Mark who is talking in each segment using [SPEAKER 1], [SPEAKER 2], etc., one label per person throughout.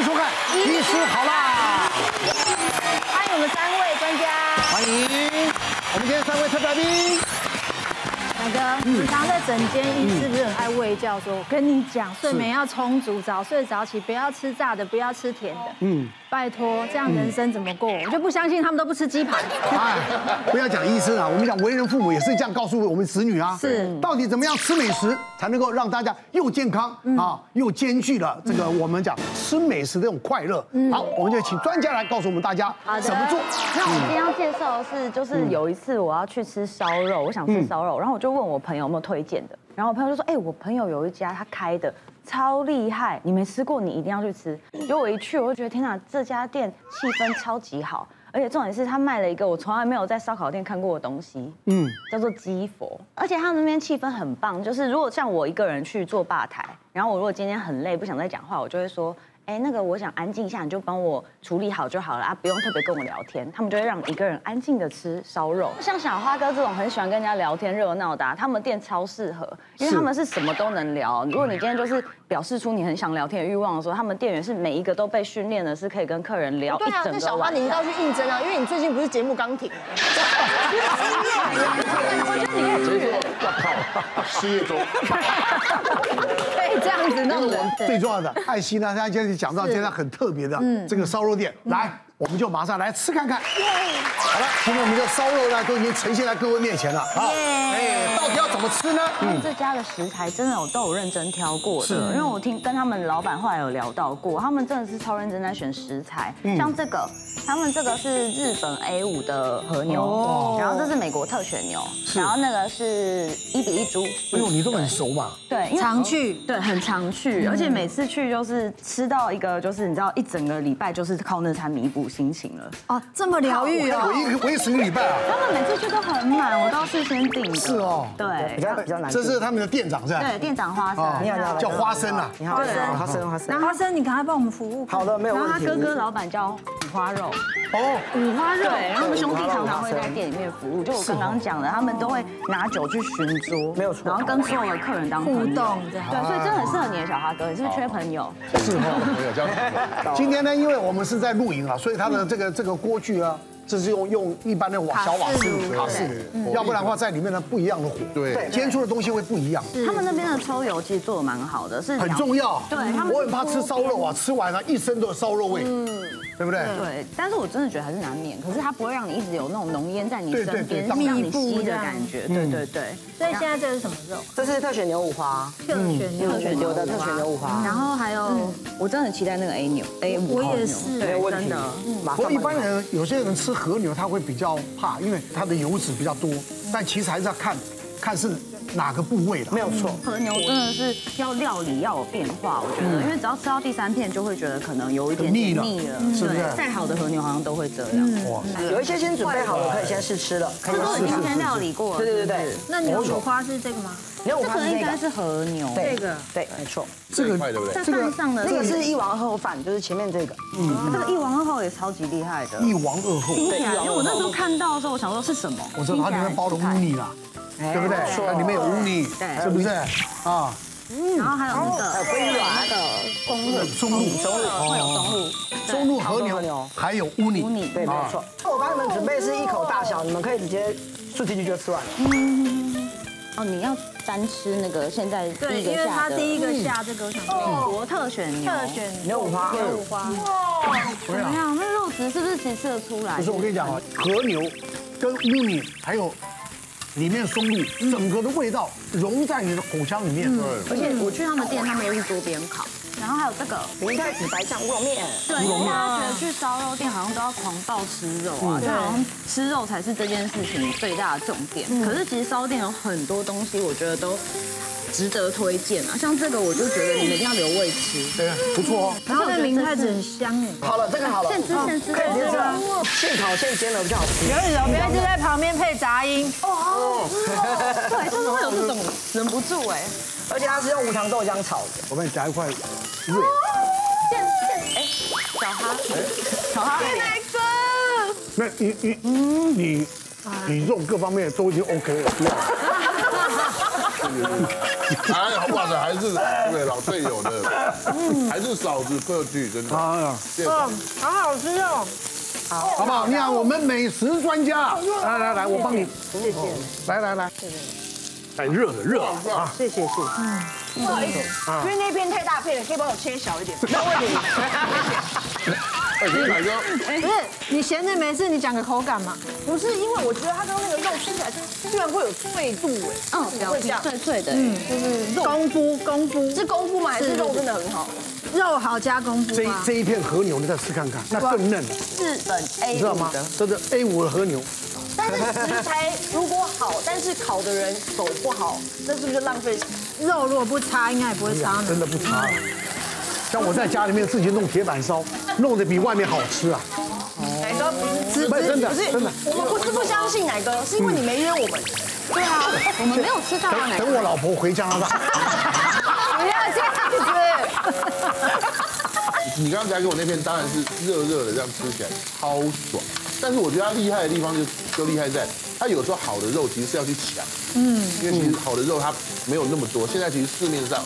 [SPEAKER 1] 医师好啦！
[SPEAKER 2] 欢迎我们三位专家，
[SPEAKER 1] 欢迎我们今天三位特别来宾。
[SPEAKER 2] 奶哥。
[SPEAKER 1] 嗯
[SPEAKER 2] 你常在诊间，医师不是很爱喂教说，我跟你讲，睡眠要充足，早睡早起，不要吃炸的，不要吃甜的。嗯，拜托，这样人生怎么过？我就不相信他们都不吃鸡排。
[SPEAKER 1] 哎，不要讲医生啊，我们讲为人父母也是这样告诉我们子女啊。
[SPEAKER 2] 是
[SPEAKER 1] 到底怎么样吃美食才能够让大家又健康啊，又兼具了这个我们讲吃美食的这种快乐？好，我们就请专家来告诉我们大家
[SPEAKER 2] 好的
[SPEAKER 1] 怎么做。嗯
[SPEAKER 3] 那我今天要介绍的是，就是有一次我要去吃烧肉，我想吃烧肉，然后我就问我朋友有没有推荐的，然后我朋友就说，哎，我朋友有一家他开的超厉害，你没吃过你一定要去吃。结果我一去，我就觉得天哪，这家店气氛超级好，而且重点是他卖了一个我从来没有在烧烤店看过的东西，嗯，叫做鸡佛，而且他们那边气氛很棒，就是如果像我一个人去做吧台，然后我如果今天很累不想再讲话，我就会说。哎，那个我想安静一下，你就帮我处理好就好了啊，不用特别跟我聊天。他们就会让一个人安静的吃烧肉。像小花哥这种很喜欢跟人家聊天热闹的、啊，他们店超适合，因为他们是什么都能聊。如果你今天就是表示出你很想聊天的欲望的时候，他们店员是每一个都被训练的，是可以跟客人聊
[SPEAKER 4] 对
[SPEAKER 3] 一
[SPEAKER 4] 啊，
[SPEAKER 3] 整
[SPEAKER 4] 那
[SPEAKER 3] 个
[SPEAKER 4] 小花
[SPEAKER 3] 晚
[SPEAKER 4] 你应该
[SPEAKER 3] 上。
[SPEAKER 4] 要去应征啊，因为你最近不是节目刚停，
[SPEAKER 3] 我觉得你也去，
[SPEAKER 5] 失业中，
[SPEAKER 2] 对，这样子弄人。
[SPEAKER 1] 最重要的艾希呢，她今天讲到今天很特别的这个烧肉店，来，我们就马上来吃看看。好了，今天我们的烧肉呢都已经呈现在各位面前了啊，哎，到底要怎么吃呢？
[SPEAKER 3] 他们这家的食材真的我都有认真挑过的，因为我听跟他们老板后来有聊到过，他们真的是超认真在选食材。像这个，他们这个是日本 A 五的和牛，然后这是美国特选牛，然后那个是一比一猪。
[SPEAKER 1] 哎呦，你都很熟嘛。
[SPEAKER 3] 对，因为
[SPEAKER 2] 常去
[SPEAKER 3] 对，很常去，而且每次去就是吃到一个，就是你知道一整个礼拜就是靠那餐弥补心情了。
[SPEAKER 2] 哦，这么疗愈
[SPEAKER 1] 我
[SPEAKER 2] 哦。
[SPEAKER 1] 一个我一整个礼拜啊，
[SPEAKER 3] 他们每次去都很满，我都事先订的。
[SPEAKER 1] 是哦
[SPEAKER 3] 对，
[SPEAKER 6] 比较比较难
[SPEAKER 1] 这
[SPEAKER 6] 订。
[SPEAKER 1] 是他们的店长是吧？
[SPEAKER 3] 对，店长花生，
[SPEAKER 1] 哦
[SPEAKER 6] 你好，你好，
[SPEAKER 1] 叫花生啊
[SPEAKER 6] 你好，花生，花生，花
[SPEAKER 2] 然
[SPEAKER 6] 生。
[SPEAKER 2] 后花生，你赶快帮我们服务。
[SPEAKER 6] 好的，没有
[SPEAKER 3] 然后
[SPEAKER 6] 问
[SPEAKER 3] 他
[SPEAKER 6] 题。
[SPEAKER 3] 哥哥老板叫五花肉，
[SPEAKER 1] 哦，
[SPEAKER 3] 五花肉，对，然后他们兄弟常常会在店里面服务，就我刚刚讲的，他们都会拿酒去巡桌，
[SPEAKER 6] 没有错
[SPEAKER 3] 然后跟所有的客人当朋友
[SPEAKER 2] 互动这样
[SPEAKER 3] 对，所以真的很适合你的小花哥，你是不是缺朋友？
[SPEAKER 1] 是哦。
[SPEAKER 5] 没有这样。
[SPEAKER 1] 今天呢，因为我们是在露营啊，所以它的这个这个锅具啊，这是用用一般的瓦小瓦斯炉卡式炉，要不然的话在里面呢不一样的火，
[SPEAKER 5] 对
[SPEAKER 1] 煎出的东西会不一样。
[SPEAKER 3] 他们那边的抽油其实做的蛮好的，是
[SPEAKER 1] 很重要。
[SPEAKER 3] 对他们
[SPEAKER 1] 我很怕吃烧肉啊，吃完了一身都有烧肉味，对不对？
[SPEAKER 3] 对，但是我真的觉得还是难免，可是它不会让你一直有那种浓烟在你
[SPEAKER 1] 对对
[SPEAKER 3] 身
[SPEAKER 1] 对
[SPEAKER 3] 边，
[SPEAKER 1] 当
[SPEAKER 3] 让
[SPEAKER 1] 然
[SPEAKER 3] 你吸的感觉，对对对。
[SPEAKER 2] 所以现在这是什么肉？
[SPEAKER 6] 这是特选牛五花，
[SPEAKER 2] 特选牛
[SPEAKER 3] 特选
[SPEAKER 6] 有的特选牛五花，
[SPEAKER 2] 然后还有，
[SPEAKER 3] 嗯我真的很期待那个 A 牛 A 五
[SPEAKER 2] 我
[SPEAKER 3] 号
[SPEAKER 2] 也
[SPEAKER 3] 牛
[SPEAKER 2] 是，
[SPEAKER 6] 没有问
[SPEAKER 2] 真
[SPEAKER 6] 题嗯
[SPEAKER 2] 的。。
[SPEAKER 6] 马
[SPEAKER 1] 不过
[SPEAKER 6] 上
[SPEAKER 1] 一般人有些人吃和牛，他会比较怕，因为它的油脂比较多，但其实还是要看，看是哪个部位的。
[SPEAKER 6] 没有错。
[SPEAKER 3] 和牛真的是要料理要有变化，我觉得，因为只要吃到第三片就会觉得可能有一点
[SPEAKER 1] 腻
[SPEAKER 3] 点
[SPEAKER 1] 了
[SPEAKER 3] 腻了，
[SPEAKER 1] 是不是
[SPEAKER 3] 对，再好的和牛好像都会这样。
[SPEAKER 1] 哇，
[SPEAKER 6] 有一些先准备好了，可以先试吃了。
[SPEAKER 3] 这都已经先料理过了，
[SPEAKER 6] 对
[SPEAKER 3] 是
[SPEAKER 6] 对对
[SPEAKER 3] 不
[SPEAKER 6] 对
[SPEAKER 7] 嗯
[SPEAKER 3] 是，
[SPEAKER 2] 那牛五花是这个吗？
[SPEAKER 6] 牛五
[SPEAKER 3] 这
[SPEAKER 6] 花
[SPEAKER 3] 可
[SPEAKER 6] 是
[SPEAKER 3] 能应
[SPEAKER 6] 那
[SPEAKER 3] 该
[SPEAKER 6] 个，
[SPEAKER 3] 是和牛，
[SPEAKER 6] 对
[SPEAKER 2] 个
[SPEAKER 6] 对，没错。
[SPEAKER 1] 这个
[SPEAKER 5] 快对不对？
[SPEAKER 3] 在饭上的
[SPEAKER 6] 这个是一碗二后饭，就是前面这个。
[SPEAKER 3] 这个一王二后也超级厉害的，
[SPEAKER 1] 一王二后，
[SPEAKER 3] 听起来因为我那时候看到的时候，我想说是什么，
[SPEAKER 1] 我知道它里面包了乌泥啦，对不对？它里面有乌泥，
[SPEAKER 3] 对
[SPEAKER 1] 是不是？啊，
[SPEAKER 3] 然后还有那个
[SPEAKER 6] 微软
[SPEAKER 1] 松露，
[SPEAKER 3] 中路会有中路，
[SPEAKER 1] 松露和
[SPEAKER 6] 和
[SPEAKER 1] 牛哦
[SPEAKER 6] 牛，
[SPEAKER 1] 还有乌泥，
[SPEAKER 3] 乌泥
[SPEAKER 6] 对，没
[SPEAKER 1] 啊
[SPEAKER 6] 有错。我帮你们准备是一口大小，你们可以直接吃进去就吃完了。
[SPEAKER 3] 哦，你要单吃那个现在第
[SPEAKER 2] 对，
[SPEAKER 3] 一
[SPEAKER 2] 因为
[SPEAKER 3] 个下
[SPEAKER 2] 它
[SPEAKER 3] 的
[SPEAKER 2] 第一个
[SPEAKER 7] 嗯
[SPEAKER 2] 下这个，我想
[SPEAKER 3] 美
[SPEAKER 2] 说
[SPEAKER 3] 国特选牛，
[SPEAKER 2] 特选
[SPEAKER 6] 牛五花
[SPEAKER 2] 牛五花。
[SPEAKER 1] 怎么
[SPEAKER 6] 啊
[SPEAKER 3] 怎么？样？那肉质是不是其实吃得出来？
[SPEAKER 1] 不是，我跟你讲啊，和牛跟乌泥还有里面松露，整个的味道融在你的口腔里面。
[SPEAKER 3] 而且我去他们店，他们都是桌边烤，然后还有这个，
[SPEAKER 6] 明太子白酱乌龙面，
[SPEAKER 3] 对，因为大家觉得去烧肉店好像都要狂暴吃肉
[SPEAKER 6] 嗯
[SPEAKER 3] 啊，就好像吃肉才是这件事情最大的重点。
[SPEAKER 6] 嗯
[SPEAKER 3] 可是其实烧肉店有很多东西，我觉得都值得推荐啊，像这个我就觉得你们一定要留胃吃。
[SPEAKER 1] 对，不错哦。
[SPEAKER 2] 然后这个明太子很香哎，
[SPEAKER 6] 好了，这个好了，
[SPEAKER 2] 现吃现吃
[SPEAKER 6] 可以直接
[SPEAKER 2] 现
[SPEAKER 6] 吃
[SPEAKER 2] 吃
[SPEAKER 6] 了，现烤现煎的比较好吃。
[SPEAKER 2] 有理由，不要一直在旁边配杂音。
[SPEAKER 4] 哦
[SPEAKER 8] 哦
[SPEAKER 3] 对，就是会有这种忍不住哎，
[SPEAKER 6] 而且它是用无糖豆浆炒的，
[SPEAKER 1] 我帮你夹一块肉，
[SPEAKER 3] 小哈，小哈，
[SPEAKER 1] 那你你你你肉各方面都已经 OK 了。
[SPEAKER 5] 哎呀，哇塞，还是对老队友的，还是嫂子客气，真的。
[SPEAKER 1] 嗯哎呀，
[SPEAKER 5] 谢谢
[SPEAKER 4] 好好吃哦。
[SPEAKER 1] 好不好？你看我们美食专家，来来来，我帮你，
[SPEAKER 4] 谢谢，
[SPEAKER 1] 来来来，哎，热了热了啊！
[SPEAKER 4] 谢谢，谢谢。不好意思，因为那边太大片了，可以帮我切小一点。没有问题。
[SPEAKER 5] 哎，你哪个？
[SPEAKER 2] 不是你闲着没事，你讲个口感嘛。
[SPEAKER 4] 不是，因为我觉得它跟那个肉吃起来居然会有脆度哎，
[SPEAKER 8] 嗯，表
[SPEAKER 4] 会这
[SPEAKER 8] 皮
[SPEAKER 4] 样嗯
[SPEAKER 8] 脆脆的，
[SPEAKER 4] 就是肉
[SPEAKER 2] 功夫功夫，
[SPEAKER 4] 是功夫吗？还是肉真的很好？
[SPEAKER 2] 肉好加功夫
[SPEAKER 1] 这一
[SPEAKER 2] 啊。
[SPEAKER 1] 这一片和牛，你再试看看，那更嫩，
[SPEAKER 8] 日本 A
[SPEAKER 1] 你知道吗
[SPEAKER 8] 五的，？
[SPEAKER 1] 这是 A 五的和牛，
[SPEAKER 4] 但是食材如果好，但是烤的人手不好，那是不是就浪费？
[SPEAKER 2] 肉如果不擦，应该也不会擦
[SPEAKER 1] 哎真的不差。像我在家里面自己弄铁板烧，弄得比外面好吃啊！
[SPEAKER 4] 奶哥
[SPEAKER 1] 不是真的
[SPEAKER 4] 不是
[SPEAKER 1] 真的，，
[SPEAKER 4] 我们不是不相信奶哥，是因为你没约我们。
[SPEAKER 8] 对啊，我们没有吃到哎
[SPEAKER 1] 等
[SPEAKER 8] 奶
[SPEAKER 1] 等我老婆回加拿大，
[SPEAKER 4] 不要这样子，
[SPEAKER 5] 你刚才给我那片当然是热热的，这样吃起来超爽。但是我觉得它厉害的地方就就厉害在，它有时候好的肉其实是要去抢，嗯，因为其实好的肉它没有那么多。现在其实市面上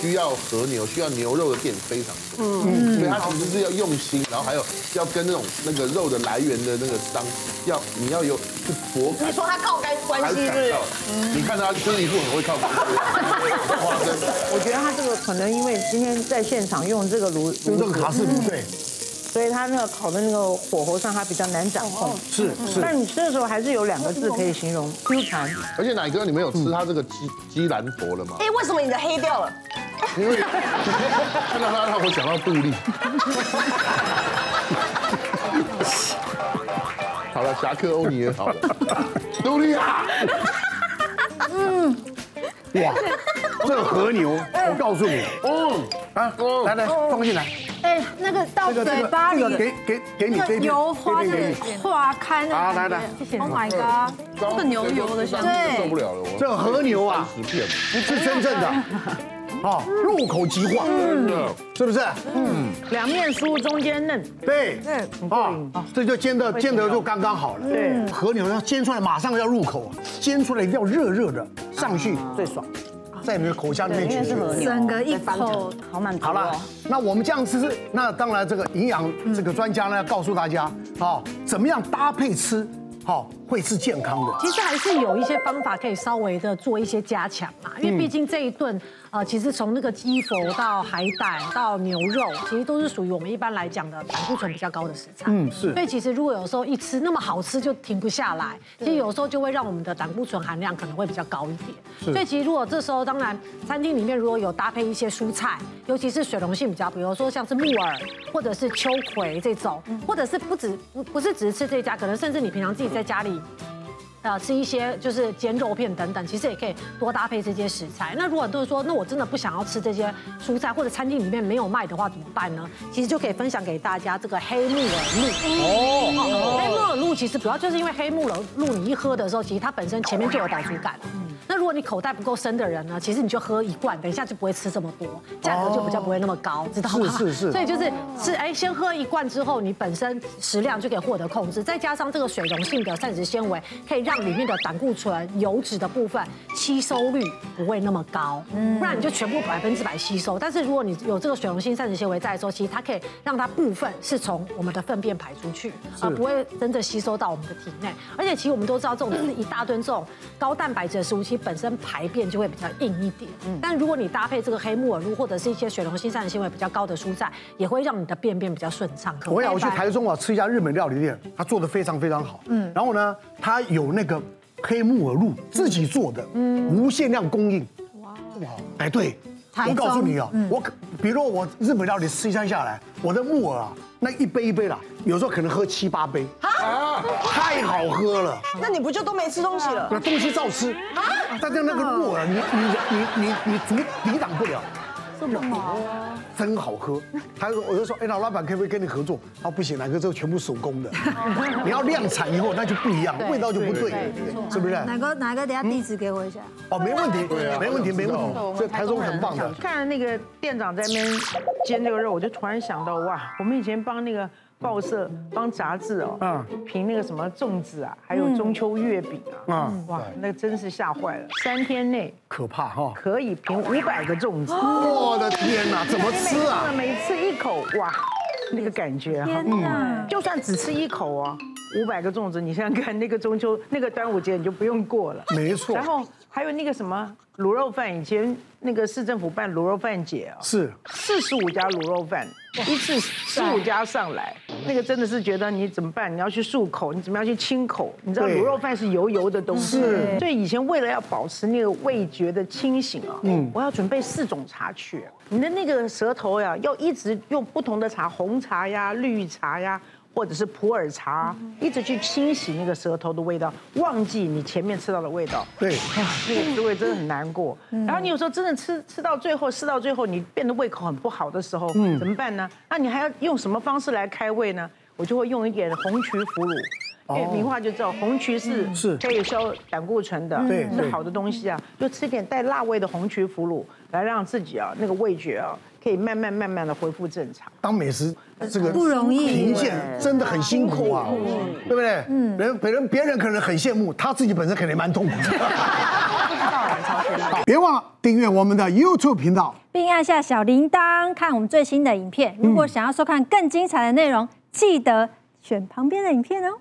[SPEAKER 5] 需要和牛、需要牛肉的店非常多，嗯，所以它其实是要用心，然后还有要跟那种那个肉的来源的那个当，要你要有去博感
[SPEAKER 4] 你。说他靠该关
[SPEAKER 5] 还
[SPEAKER 4] 系
[SPEAKER 5] 是
[SPEAKER 4] 是
[SPEAKER 5] 想
[SPEAKER 4] 不是
[SPEAKER 5] 到？，你看他就是一副很会靠谱的 人，哇，真的。
[SPEAKER 9] 我觉得他这个可能因为今天在现场用这个炉
[SPEAKER 1] 就
[SPEAKER 9] 炉
[SPEAKER 1] 这个
[SPEAKER 9] 子，
[SPEAKER 1] 卡士比对，
[SPEAKER 9] 所以他那个烤的那个火候上他比较难掌控。
[SPEAKER 1] 是是。
[SPEAKER 9] 但你吃的时候还是有两个字可以形容：纠缠。
[SPEAKER 5] 而且奶哥，你们有吃他这个鸡鸡兰佛了吗？
[SPEAKER 4] 哎，为什么你的黑掉了？
[SPEAKER 5] 因为看到他让我想到杜丽。好了，侠客欧尼也好 了，杜丽啊，
[SPEAKER 1] 哇，这和牛，我告诉你，
[SPEAKER 5] 嗯
[SPEAKER 1] 啊，来来，放进来，
[SPEAKER 2] 哎，那个到
[SPEAKER 1] 这个这
[SPEAKER 2] 嘴
[SPEAKER 1] 个
[SPEAKER 2] 巴
[SPEAKER 1] 这
[SPEAKER 2] 里
[SPEAKER 1] 个，给给给你
[SPEAKER 2] 那
[SPEAKER 1] 这
[SPEAKER 2] 个
[SPEAKER 1] 一片，
[SPEAKER 2] 油花
[SPEAKER 1] 这
[SPEAKER 2] 那
[SPEAKER 1] 边给你
[SPEAKER 2] 个化开那
[SPEAKER 1] 好
[SPEAKER 2] 个
[SPEAKER 1] 来
[SPEAKER 2] 感觉
[SPEAKER 1] 来
[SPEAKER 2] 谢谢，Oh my god，
[SPEAKER 5] 这
[SPEAKER 8] 个牛油的香
[SPEAKER 5] 香受不了了，我
[SPEAKER 1] 这和牛啊
[SPEAKER 5] 十片，
[SPEAKER 1] 是真正的，哦，入口即化，
[SPEAKER 4] 嗯
[SPEAKER 1] 是不是？
[SPEAKER 9] 两面酥，中间嫩。
[SPEAKER 1] 对，啊，这就煎的煎的就刚刚好了。
[SPEAKER 9] 对
[SPEAKER 1] 和牛要煎出来，马上要入口，煎出来一定要热热的上去，最爽，在你的口腔里面
[SPEAKER 3] 因为
[SPEAKER 1] 咀
[SPEAKER 3] 是和
[SPEAKER 1] 嚼。
[SPEAKER 3] 牛，
[SPEAKER 2] 整个一
[SPEAKER 3] 哎
[SPEAKER 2] 口
[SPEAKER 3] 好满足
[SPEAKER 1] 好嗯了
[SPEAKER 3] 哦。，
[SPEAKER 1] 那我们这样吃，那当然这个营养这个专家呢要告诉大家，好，怎么样搭配吃，好会是健康的。
[SPEAKER 7] 其实还是有一些方法可以稍微的做一些加强嘛，
[SPEAKER 1] 嗯
[SPEAKER 7] 因为毕竟这一顿呃，其实从那个鸡佛到海胆到牛肉，其实都是属于我们一般来讲的胆固醇比较高的食材。
[SPEAKER 1] 嗯是
[SPEAKER 7] 所以其实如果有时候一吃那么好吃就停不下来，其实有时候就会让我们的胆固醇含量可能会比较高一点。所以其实如果这时候当然餐厅里面如果有搭配一些蔬菜，尤其是水溶性比较，比如说像是木耳或者是秋葵这种，或者是不止不不是只是吃这家，可能甚至你平常自己在家里呃，吃一些就是煎肉片等等，其实也可以多搭配这些食材。那如果很多人说，那我真的不想要吃这些蔬菜，或者餐厅里面没有卖的话，怎么办呢？其实就可以分享给大家这个黑木耳露。哦，黑木耳露其实主要就是因为黑木耳露，你一喝的时候，其实它本身前面就有饱足感。那如果你口袋不够深的人呢，其实你就喝一罐，等一下就不会吃这么多，价格就比较不会那么高，知道吗？
[SPEAKER 1] 是是是
[SPEAKER 7] 所以就是是哎，先喝一罐之后，你本身食量就可以获得控制，再加上这个水溶性的膳食纤维，可以让里面的胆固醇、油脂的部分吸收率不会那么高，不然你就全部百分之百吸收。但是如果你有这个水溶性膳食纤维在的时候，其实它可以让它部分是从我们的粪便排出去，而不会真的吸收到我们的体内。而且其实我们都知道，这种就是一大顿这种高蛋白质的食物，其实本身排便就会比较硬一点。
[SPEAKER 1] 嗯
[SPEAKER 7] 但如果你搭配这个黑木耳露或者是一些水溶性膳食纤维比较高的蔬菜，也会让你的便便比较顺畅。
[SPEAKER 1] 我要我去台中啊吃一家日本料理店，他做的非常非常好。嗯，然后呢，他有那个黑木耳露自己做的，无限量供应。嗯哇，哎对，我告诉你啊，我可比如我日本料理吃一餐下来，我的木耳啊，那一杯一杯啦，有时候可能喝七八杯，太好喝了。
[SPEAKER 4] 那你不就都没吃东西了？
[SPEAKER 1] 那东西照吃啊，但是那个木耳，你你你你你阻抵挡不了。这么好，啊真好喝。他就说，我就说，哎，老老板可不可以跟你合作？他说不行，那个这个全部手工的， 你要量产以后那就不一样，味道就不哦对了，是不是？
[SPEAKER 2] 哪个哪个？等下地址给我一下。
[SPEAKER 1] 哦，没问题，没问题，没问题。这台中很棒的，
[SPEAKER 9] 看那个店长在那边煎这个肉，我就突然想到，哇，我们以前帮那个
[SPEAKER 10] 报社帮杂志哦
[SPEAKER 1] 嗯，
[SPEAKER 10] 评那个什么粽子啊，还有中秋月饼啊
[SPEAKER 1] 嗯，
[SPEAKER 10] 哇，那真是吓坏了。三天内
[SPEAKER 1] 可怕哈！
[SPEAKER 10] 可以评五百个粽子，
[SPEAKER 1] 我的天哪怎么吃啊
[SPEAKER 10] 你每次每次一口哇，那个感觉哈，
[SPEAKER 2] 天哪
[SPEAKER 10] 嗯就算只吃一口哦。五百个粽子，你想想看，那个中秋、那个端午节你就不用过了，
[SPEAKER 1] 没错
[SPEAKER 10] 然后还有那个什么卤肉饭，以前那个市政府办卤肉饭节啊、
[SPEAKER 1] 是
[SPEAKER 10] 四十五家卤肉饭，一次十五家上来，那个真的是觉得你怎么办？你要去漱口，你怎么样去清口？你知道
[SPEAKER 1] 对
[SPEAKER 10] 卤肉饭是油油的东西，
[SPEAKER 1] 是
[SPEAKER 10] 所以以前为了要保持那个味觉的清醒啊，嗯，我要准备四种茶去，你的那个舌头呀，要一直用不同的茶，红茶呀、绿茶呀。或者是普洱茶，一直去清洗那个舌头的味道，忘记你前面吃到的味道。
[SPEAKER 1] 对，
[SPEAKER 10] 哎那个滋味真的很难过。
[SPEAKER 1] 嗯
[SPEAKER 10] 然后你有时候真的吃吃到最后，吃到最后你变得胃口很不好的时候，
[SPEAKER 1] 嗯
[SPEAKER 10] 怎么办呢？那你还要用什么方式来开胃呢？我就会用一点红曲腐乳。因为名画就知道，红曲是
[SPEAKER 1] 哦嗯是
[SPEAKER 10] 可以消胆固醇的，
[SPEAKER 1] 对
[SPEAKER 10] 是
[SPEAKER 1] 对
[SPEAKER 10] 好的东西啊。就吃点带辣味的红曲腐乳，来让自己啊那个味觉啊可以慢慢慢慢的恢复正常。
[SPEAKER 1] 当美食这个
[SPEAKER 2] 呃不容易
[SPEAKER 1] 评鉴真的很辛苦啊，对不对？嗯，人别人别人可能很羡慕，他自己本身肯定蛮痛苦的。好别忘了订阅我们的 YouTube 频道。
[SPEAKER 2] 并按下小铃铛看我们最新的影片。如果想要收看更精彩的内容，记得选旁边的影片哦。